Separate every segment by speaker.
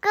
Speaker 1: 哥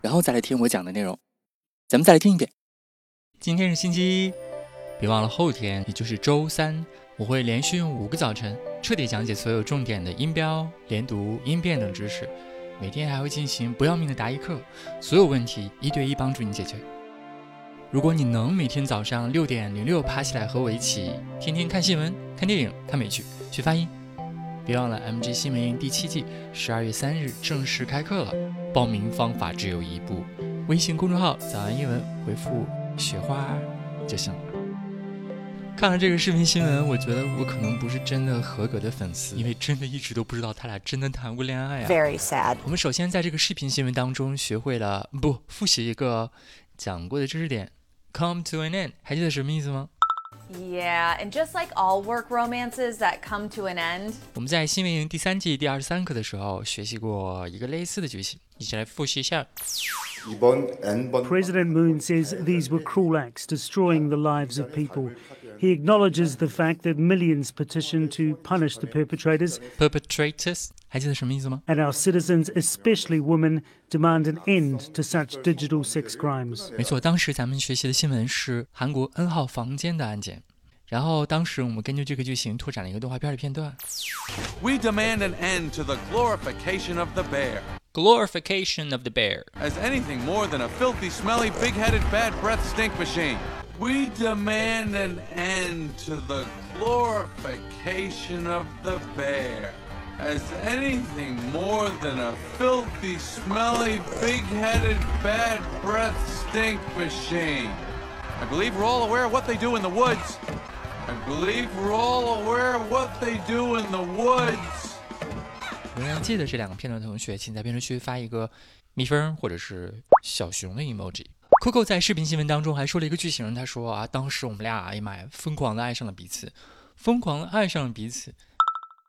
Speaker 2: 然后再来听我讲的内容。咱们再来听一遍。今天是星期一，别忘了后天，也就是周三，我会连续用五个早晨，彻底讲解所有重点的音标、连读、音变等知识。每天还会进行不要命的答疑课，所有问题一对一帮助你解决。如果你能每天早上六点零六爬起来和我一起，天天看新闻、看电影、看美剧、学发音，别忘了 MG 新闻营第七季十二月三日正式开课了，报名方法只有一步，微信公众号“早安英文”回复“雪花”就行了。看了这个视频新闻，我觉得我可能不是真的合格的粉丝，因为真的一直都不知道他俩真的谈过恋爱啊。
Speaker 3: Very sad.
Speaker 2: 我们首先在这个视频新闻当中学会了不复习一个讲过的知识点，come to an end，还记得什么意思吗？
Speaker 3: Yeah, and just like all work romances that come to an end,
Speaker 2: 我们在新闻营第三季第二十三课的时候学习过一个类似的句型，一起来复习一下。
Speaker 4: 이번 N번
Speaker 5: President Moon says these were cruel acts destroying the lives of people. He acknowledges the fact that millions petitioned to punish the perpetrators,
Speaker 2: perpetrators，还记得什么意思吗？
Speaker 5: and our citizens, especially women, demand an end to such digital sex crimes.
Speaker 2: 没错，当时咱们学习的新闻是韩国 N 号房间的案件，然后当时我们根据这个剧情拓展了一个动画片的片段
Speaker 6: We demand an end to the glorification of the bear,
Speaker 2: ，glorification of the bear。
Speaker 6: as anything more than a filthy, smelly, big headed, bad breath stink machine. We demand an end to the glorification of the bear, as anything more than a filthy, smelly, big headed, bad breath stink machine. I believe we're all aware of what they do in the woods. I believe we're all aware of what they do in the woods.
Speaker 2: 仍然记得这两个片段的同学，请在评论区发一个蜜蜂或者是小熊的 emoji。Coco 在视频新闻当中还说了一个剧情，他说啊，当时我们俩哎呀妈呀，疯狂的爱上了彼此，疯狂的爱上了彼此。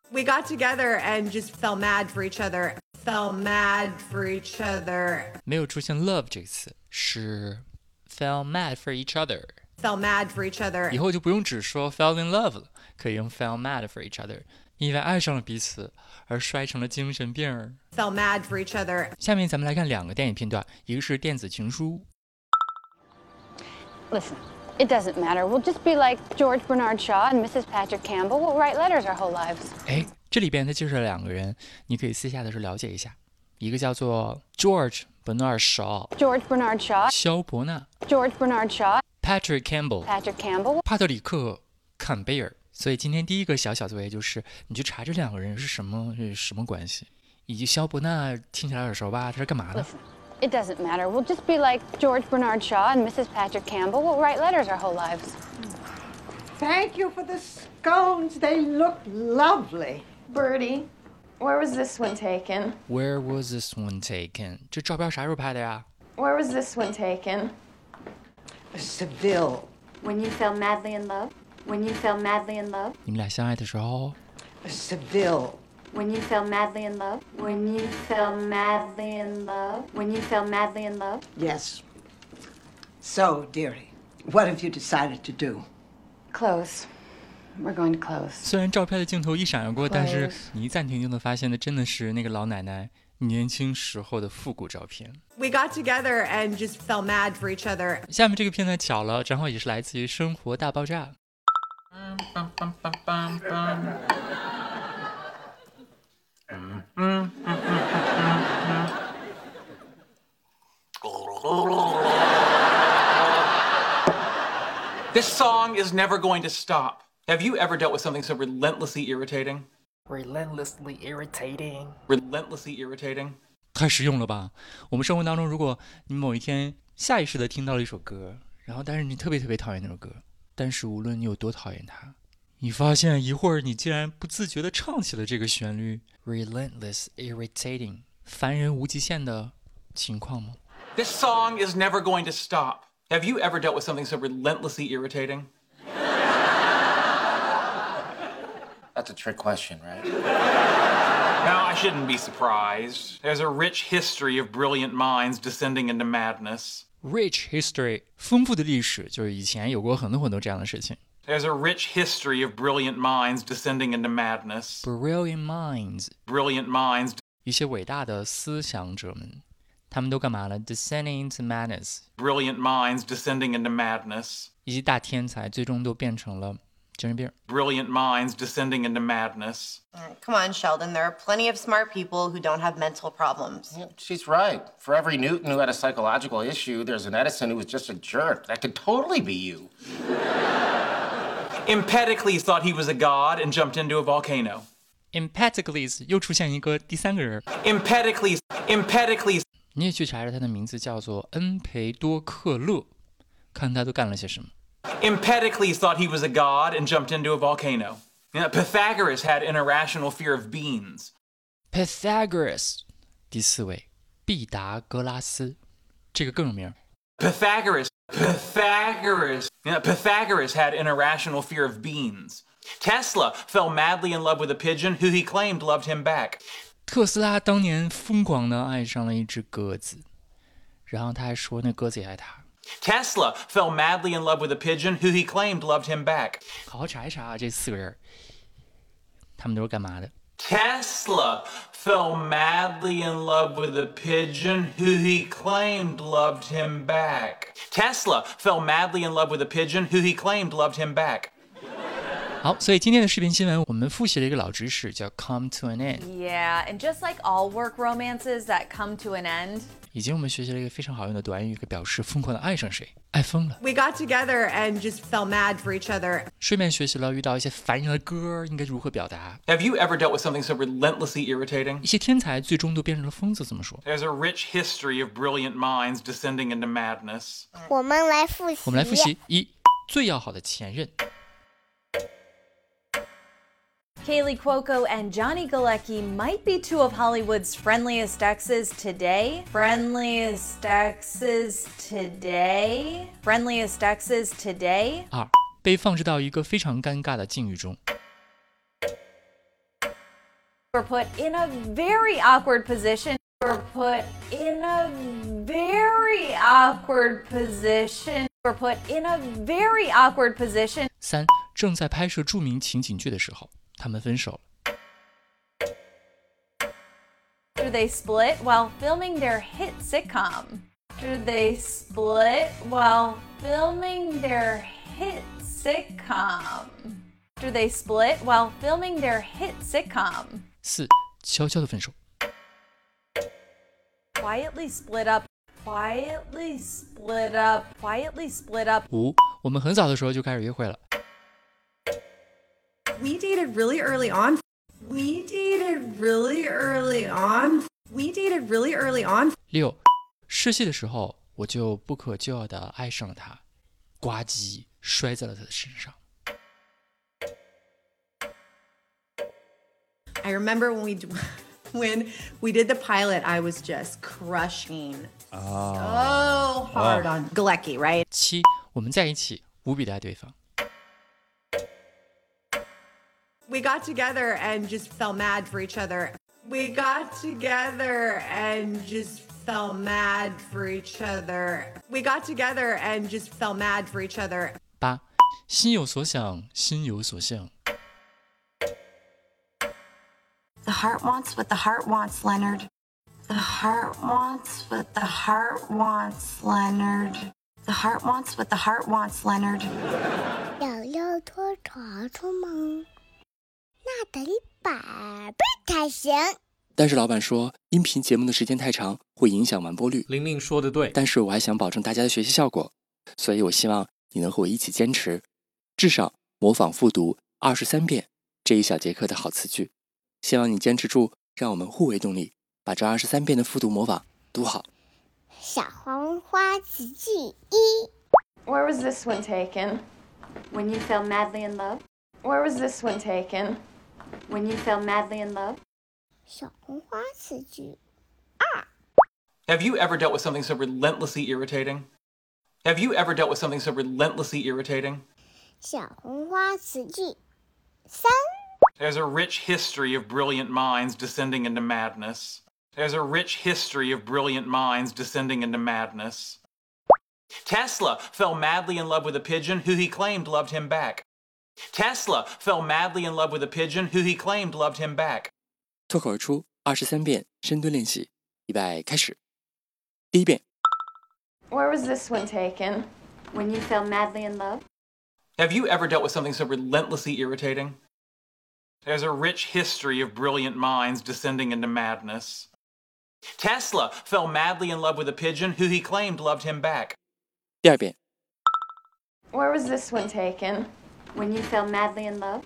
Speaker 7: we got together and just fell mad for each other. Fell mad for each other.
Speaker 2: 没有出现 love 这个词，是 fell mad for each other。
Speaker 7: Fell mad for each other.
Speaker 2: 以后就不用只说 fell in love 了，可以用 fell mad for each other，因为爱上了彼此而摔成了精神病儿。
Speaker 7: Fell mad for each other.
Speaker 2: 下面咱们来看两个电影片段，一个是电子情书，
Speaker 8: Listen, it doesn't matter. We'll just be like George Bernard Shaw and Mrs. Patrick Campbell. We'll write letters our whole lives.
Speaker 2: 哎，这里边他介绍了两个人，你可以私下的时候了解一下。一个叫做 George 伯纳尔肖，
Speaker 8: George Bernard Shaw,
Speaker 2: 肖伯纳
Speaker 8: George Bernard Shaw,
Speaker 2: Patrick Campbell，
Speaker 8: Patrick Campbell.
Speaker 2: 帕特里克坎贝尔。所以今天第一个小小作业就是，你去查这两个人是什么是什么关系，以及肖伯纳听起来耳熟吧？他是干嘛的？
Speaker 8: Listen, it doesn't matter. We'll just be like George Bernard Shaw and Mrs. Patrick Campbell. We'll write letters our whole lives.
Speaker 9: Thank you for the scones. They look lovely.
Speaker 10: Birdie, where was this one taken?
Speaker 2: Where was this one taken？这照片啥时候拍的呀？
Speaker 10: Where was this one taken?
Speaker 7: Seville.
Speaker 8: When you fell madly in love. When you fell madly in love.
Speaker 2: 你们俩相爱的时候，
Speaker 7: Seville.
Speaker 8: When you fell madly in love. When you fell madly in love. When you fell madly in love.
Speaker 7: Yes. So, dearie, what have you decided to do?
Speaker 8: Close. We're going to close.
Speaker 2: 虽然照片的镜头一闪而过，但是
Speaker 8: Close
Speaker 2: 你一暂停就能发现的真的是那个老奶奶年轻时候的复古照片。
Speaker 7: We got together and just fell mad for each other.
Speaker 2: 下面这个片段巧了，正好也是来自于《生活大爆炸》。
Speaker 6: This song is never going to stop. Have you ever dealt with something so relentlessly irritating?
Speaker 7: Relentlessly irritating.
Speaker 6: Relentlessly irritating?
Speaker 2: 太实用了吧！我们生活当中，如果你某一天下意识的听到了一首歌，然后但是你特别特别讨厌那首歌，但是无论你有多讨厌它，你发现一会儿你竟然不自觉的唱起了这个旋律，relentless irritating，烦人无极限的情况吗？
Speaker 6: This song is never going to stop. Have you ever dealt with something so relentlessly irritating?
Speaker 4: That's a trick question, right?
Speaker 6: Now, I shouldn't be surprised. There's a rich history of brilliant minds descending into madness.
Speaker 2: Rich history，丰富的历史，就是以前有过很多很多这样的事情。
Speaker 6: There's a rich history of brilliant minds descending into madness.
Speaker 2: Brilliant minds，
Speaker 6: Brilliant minds
Speaker 2: 一些伟大的思想者们，他们都干嘛了？Descending into madness，
Speaker 6: brilliant minds descending into madness,
Speaker 2: 一些大天才最终都变成了精神病。
Speaker 6: brilliant minds descending into madness.
Speaker 11: Come on, Sheldon. There are plenty of smart people who don't have mental problems.
Speaker 4: She's right. For every Newton who had a psychological issue, there's an Edison who was just a jerk. That could totally be you.
Speaker 6: Empedocles thought he was a god and jumped into a volcano.
Speaker 2: Empedocles 又出现一个第三个人。
Speaker 6: Empedocles, Empedocles
Speaker 2: 你也去查查他的名字叫做恩培多克勒，看他都干了些什么。
Speaker 6: Empedocles thought he was a god and jumped into a volcano. You know, Pythagoras had an irrational fear of beans.
Speaker 2: Pythagoras，第四位，毕达哥拉斯，这个更有名儿。
Speaker 6: Pythagoras, Pythagoras, You know, Pythagoras had an irrational fear of beans. Tesla fell madly in love with a pigeon who he claimed loved him back.
Speaker 2: 特斯拉当年疯狂的爱上了一只鸽子，然后他还说那鸽子也爱他。
Speaker 6: Tesla fell madly in love with a pigeon who he claimed loved him back.
Speaker 2: 好好查一查啊，这四个人儿，他们都是干嘛的？
Speaker 6: Tesla fell madly in love with a pigeon who he claimed loved him back. Tesla fell madly in love with a pigeon who he claimed loved him back.
Speaker 2: 好，所以今天的视频新闻我们复习了一个老知识，叫 come to an end。
Speaker 7: Yeah, and just like all work romances that come to an end,
Speaker 2: 以及我们学习了一个非常好用的短语，可表示疯狂的爱上谁，爱疯了。
Speaker 9: We got together and just fell mad for each other.
Speaker 2: 顺便学习了遇到一些烦人的歌儿应该如何表达。
Speaker 6: Have you ever dealt with something so relentlessly irritating?
Speaker 2: 一些天才最终都变成了疯子，怎么说？
Speaker 6: There's a rich history of brilliant minds descending into madness.
Speaker 12: 我们来复习。
Speaker 2: 我们来复习：一、最要好的前任；
Speaker 7: Kaylee Cuoco and Johnny Galecki might be two of Hollywood's friendliest exes today. Friendliest exes today. Friendliest exes today.
Speaker 2: 二、被放置到一个非常尴尬的境遇中；
Speaker 7: Were put in a very awkward position. Were put in a very awkward position. Were put in a very awkward position.
Speaker 2: 三、正在拍摄著名情景剧的时候，他们分手了；
Speaker 7: After they split while filming their hit sitcom. After they split while filming their hit sitcom. After they split while filming their hit sitcom.
Speaker 2: 四、悄悄的分手；
Speaker 7: Quietly split up. Quietly split up. Quietly split up.
Speaker 2: 五、我们很早的时候就开始约会了；
Speaker 9: We dated really early on. We dated really early on. We dated really early on.
Speaker 2: 六、试戏的时候，我就不可救药的爱上了他，呱唧摔在了他的身上。
Speaker 9: I remember when we d- when we did the pilot, I was just crushing so hard on Galecki, right?
Speaker 2: 七，我们在一起，无比的爱对方。
Speaker 9: We got together and just fell mad for each other. We got together and just fell mad for each other. We got together and just fell mad for each other.
Speaker 2: 八，心有所想，心有所向。
Speaker 8: The heart wants what the heart wants, Leonard. The heart wants what the heart wants, Leonard. The heart wants what the heart wants, Leonard.
Speaker 13: 想要脱床床吗？
Speaker 12: 那得百倍才行。
Speaker 14: 但是老板说，音频节目的时间太长，会影响完播率。
Speaker 15: 玲玲说的对，
Speaker 14: 但是我还想保证大家的学习效果，所以我希望你能和我一起坚持，至少模仿复读二十三遍这一小节课的好词句。希望你坚持住，让我们互为动力，把这二十三遍的复读模仿读好。
Speaker 12: 小黄花词句一，
Speaker 16: Where was this one taken?
Speaker 17: When you fell madly in love,
Speaker 16: Where was this one taken?
Speaker 17: when you fell madly in love.
Speaker 12: 小红花词句
Speaker 6: Have you ever dealt with something so relentlessly irritating? Have you ever dealt with something so relentlessly irritating?
Speaker 12: 小红花词句三，
Speaker 6: There's a rich history of brilliant minds descending into madness. There's a rich history of brilliant minds descending into madness. Tesla fell madly in love with a pigeon who he claimed loved him back. Tesla fell madly in love with a pigeon who he claimed loved him back.
Speaker 2: 脱口而出二十三遍深蹲练习，预备开始。第一遍，
Speaker 8: Where was this one taken? When you fell madly in love?
Speaker 6: Have you ever dealt with something so relentlessly irritating? There's a rich history of brilliant minds descending into madness. Tesla fell madly in love with a pigeon who he claimed loved him back.
Speaker 2: 第二遍，
Speaker 8: Where was this one taken? When you fell madly in love?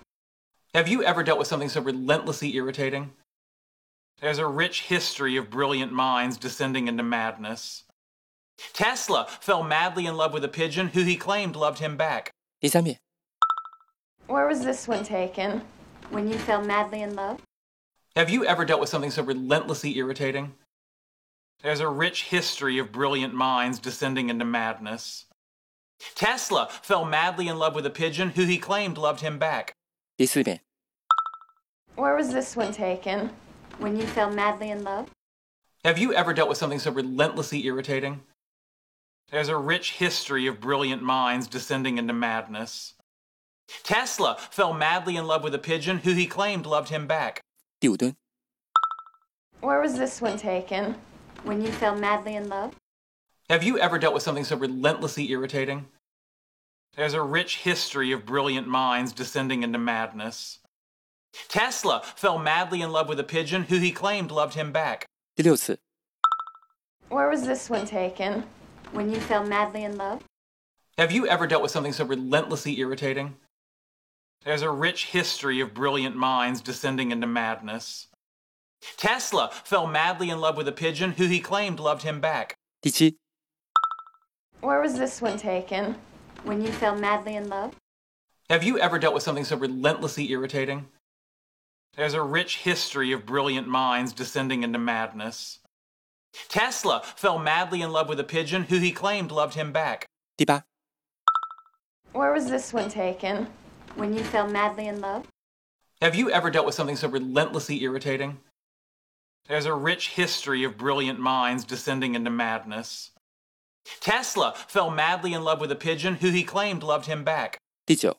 Speaker 6: Have you ever dealt with something so relentlessly irritating? There's a rich history of brilliant minds descending into madness. Tesla fell madly in love with a pigeon who he claimed loved him back.
Speaker 2: 第三遍，
Speaker 8: Where was this one taken? When you fell madly in love?
Speaker 6: Have you ever dealt with something so relentlessly irritating? There's a rich history of brilliant minds descending into madness. Tesla fell madly in love with a pigeon who he claimed loved him back.
Speaker 2: 第四遍，
Speaker 8: Where was this one taken? When you fell madly in love?
Speaker 6: Have you ever dealt with something so relentlessly irritating? There's a rich history of brilliant minds descending into madness. Tesla fell madly in love with a pigeon who he claimed loved him back.
Speaker 2: 第五蹲，
Speaker 8: Where was this one taken? When you fell madly in love?
Speaker 6: Have you ever dealt with something so relentlessly irritating? There's a rich history of brilliant minds descending into madness. Tesla fell madly in love with a pigeon who he claimed loved him back.
Speaker 2: 第六次，
Speaker 8: Where was this one taken? When you fell madly in love?
Speaker 6: Have you ever dealt with something so relentlessly irritating? There's a rich history of brilliant minds descending into madness. Tesla fell madly in love with a pigeon who he claimed loved him back.
Speaker 2: 第七，
Speaker 8: Where was this one taken? When you fell madly in love?
Speaker 6: Have you ever dealt with something so relentlessly irritating? There's a rich history of brilliant minds descending into madness. Tesla fell madly in love with a pigeon who he claimed loved him back.
Speaker 2: 第八，
Speaker 8: Where was this one taken? When you fell madly in love?
Speaker 6: Have you ever dealt with something so relentlessly irritating? There's a rich history of brilliant minds descending into madness. Tesla fell madly in love with a pigeon who he claimed loved him back.
Speaker 2: 第九，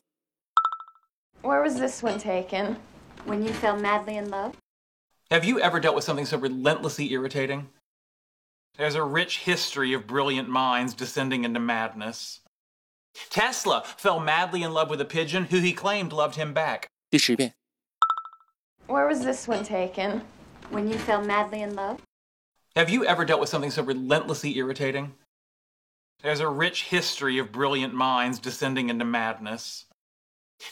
Speaker 8: Where was this one taken? When you fell madly in love?
Speaker 6: Have you ever dealt with something so relentlessly irritating? There's a rich history of brilliant minds descending into madness. Tesla fell madly in love with a pigeon who he claimed loved him back.
Speaker 2: 第十遍，
Speaker 8: Where was this one taken? When you fell madly in love?
Speaker 6: Have you ever dealt with something so relentlessly irritating? There's a rich history of brilliant minds descending into madness.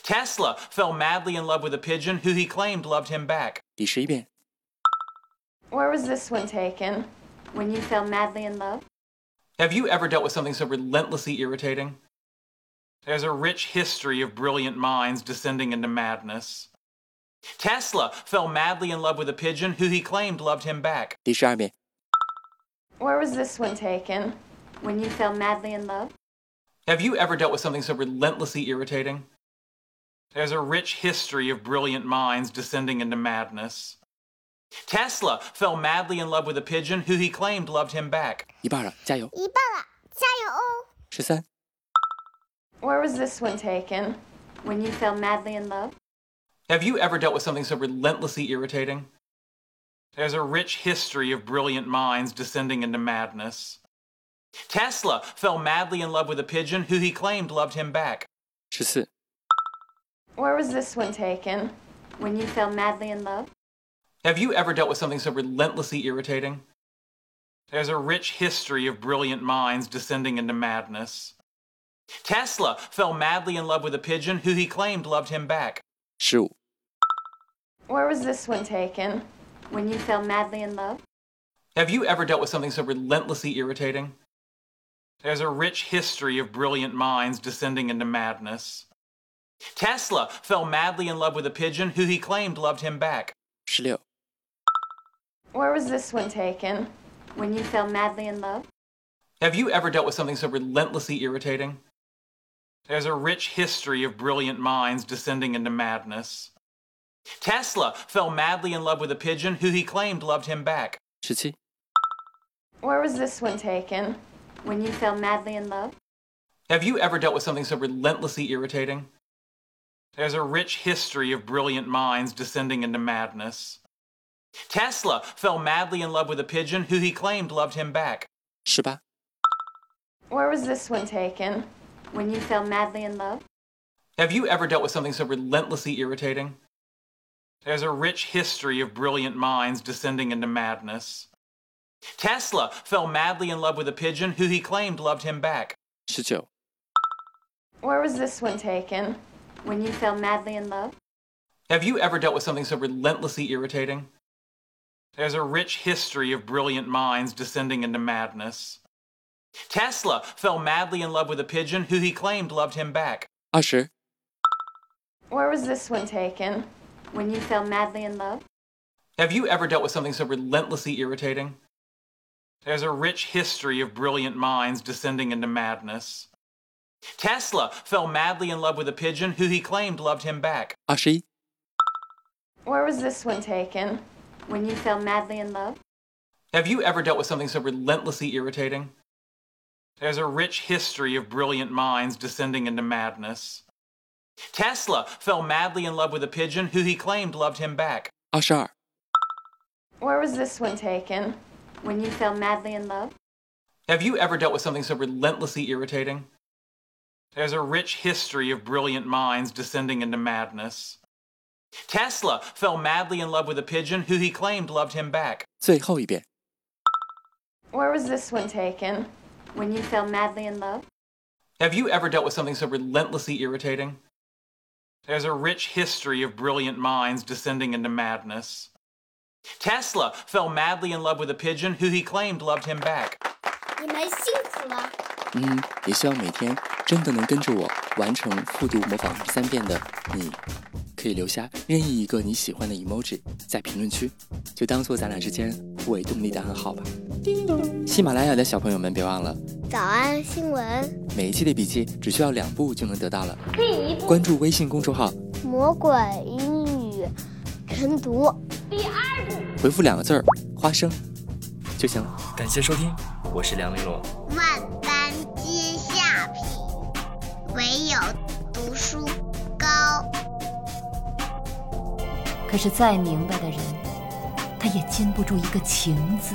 Speaker 6: Tesla fell madly in love with a pigeon who he claimed loved him back.
Speaker 2: 第十一遍，
Speaker 8: Where was this one taken? When you fell madly in love?
Speaker 6: Have you ever dealt with something so relentlessly irritating? There's a rich history of brilliant minds descending into madness. Tesla fell madly in love with a pigeon who he claimed loved him back.
Speaker 2: 第十二遍，
Speaker 8: Where was this one taken? When you fell madly in love?
Speaker 6: Have you ever dealt with something so relentlessly irritating? There's a rich history of brilliant minds descending into madness. Tesla fell madly in love with a pigeon who he claimed loved him back.
Speaker 2: 一半了，加油！
Speaker 12: 一半了，加油哦！
Speaker 2: 十三、
Speaker 8: Where was this one taken? When you fell madly in love?
Speaker 6: Have you ever dealt with something so relentlessly irritating? There's a rich history of brilliant minds descending into madness. Tesla fell madly in love with a pigeon who he claimed loved him back.
Speaker 2: 十四、
Speaker 8: Where was this one taken? When you fell madly in love?
Speaker 6: Have you ever dealt with something so relentlessly irritating? There's a rich history of brilliant minds descending into madness. Tesla fell madly in love with a pigeon who he claimed loved him back.
Speaker 2: 十五、
Speaker 8: Where was this one taken? When you fell madly in love?
Speaker 6: Have you ever dealt with something so relentlessly irritating? There's a rich history of brilliant minds descending into madness. Tesla fell madly in love with a pigeon who he claimed loved him back.
Speaker 2: 十六、
Speaker 8: Where was this one taken? When you fell madly in love?
Speaker 6: Have you ever dealt with something so relentlessly irritating? There's a rich history of brilliant minds descending into madness. Tesla fell madly in love with a pigeon who he claimed loved him back.
Speaker 2: 十七、
Speaker 8: Where was this one taken? When you fell madly in love?
Speaker 6: Have you ever dealt with something so relentlessly irritating? There's a rich history of brilliant minds descending into madness. Tesla fell madly in love with a pigeon who he claimed loved him back.
Speaker 2: 十八、
Speaker 8: Where was this one taken? When you fell madly in love?
Speaker 6: Have you ever dealt with something so relentlessly irritating? There's a rich history of brilliant minds descending into madness. Tesla fell madly in love with a pigeon who he claimed loved him back.
Speaker 2: 十九、
Speaker 8: Where was this one taken? When you fell madly in love?
Speaker 6: Have you ever dealt with something so relentlessly irritating? There's a rich history of brilliant minds descending into madness. Tesla fell madly in love with a pigeon who he claimed loved him back.
Speaker 2: 二十、
Speaker 8: Where was this one taken? When you fell madly in love?
Speaker 6: Have you ever dealt with something so relentlessly irritating? There's a rich history of brilliant minds descending into madness. Tesla fell madly in love with a pigeon who he claimed loved him back.
Speaker 2: 二十一、
Speaker 8: Where was this one taken? When you fell madly in love?
Speaker 6: Have you ever dealt with something so relentlessly irritating? There's a rich history of brilliant minds descending into madness. Tesla fell madly in love with a pigeon who he claimed loved him back.
Speaker 2: 二十二、
Speaker 8: Where was this one taken? When you fell madly in love?
Speaker 6: Have you ever dealt with something so relentlessly irritating? There's a rich history of brilliant minds descending into madness. Tesla fell madly in love with a pigeon who he claimed loved him back.
Speaker 2: 最后一遍。
Speaker 8: Where was this one taken? When you fell madly in love?
Speaker 6: Have you ever dealt with something so relentlessly irritating? There's a rich history of brilliant minds descending into madness. Tesla fell madly in love with a pigeon who he claimed loved him back.
Speaker 12: 你们辛苦了。
Speaker 2: 嗯，也希望每天真的能跟着我完成复读模仿三遍的你，可以留下任意一个你喜欢的 emoji 在评论区，就当做咱俩之间互为动力的暗号吧。
Speaker 12: 叮咚。
Speaker 2: 喜马拉雅的小朋友们别忘了，
Speaker 12: 早安新闻，
Speaker 2: 每一期的笔记只需要两步就能得到了。
Speaker 12: 第一
Speaker 2: 关注微信公众号，
Speaker 18: 魔鬼英语晨读。
Speaker 1: 第二步，
Speaker 2: 回复两个字儿“花生”就行了。感谢收听，我是梁丽罗。
Speaker 12: 万般皆下品，唯有读书高。
Speaker 19: 可是再明白的人，他也禁不住一个情字。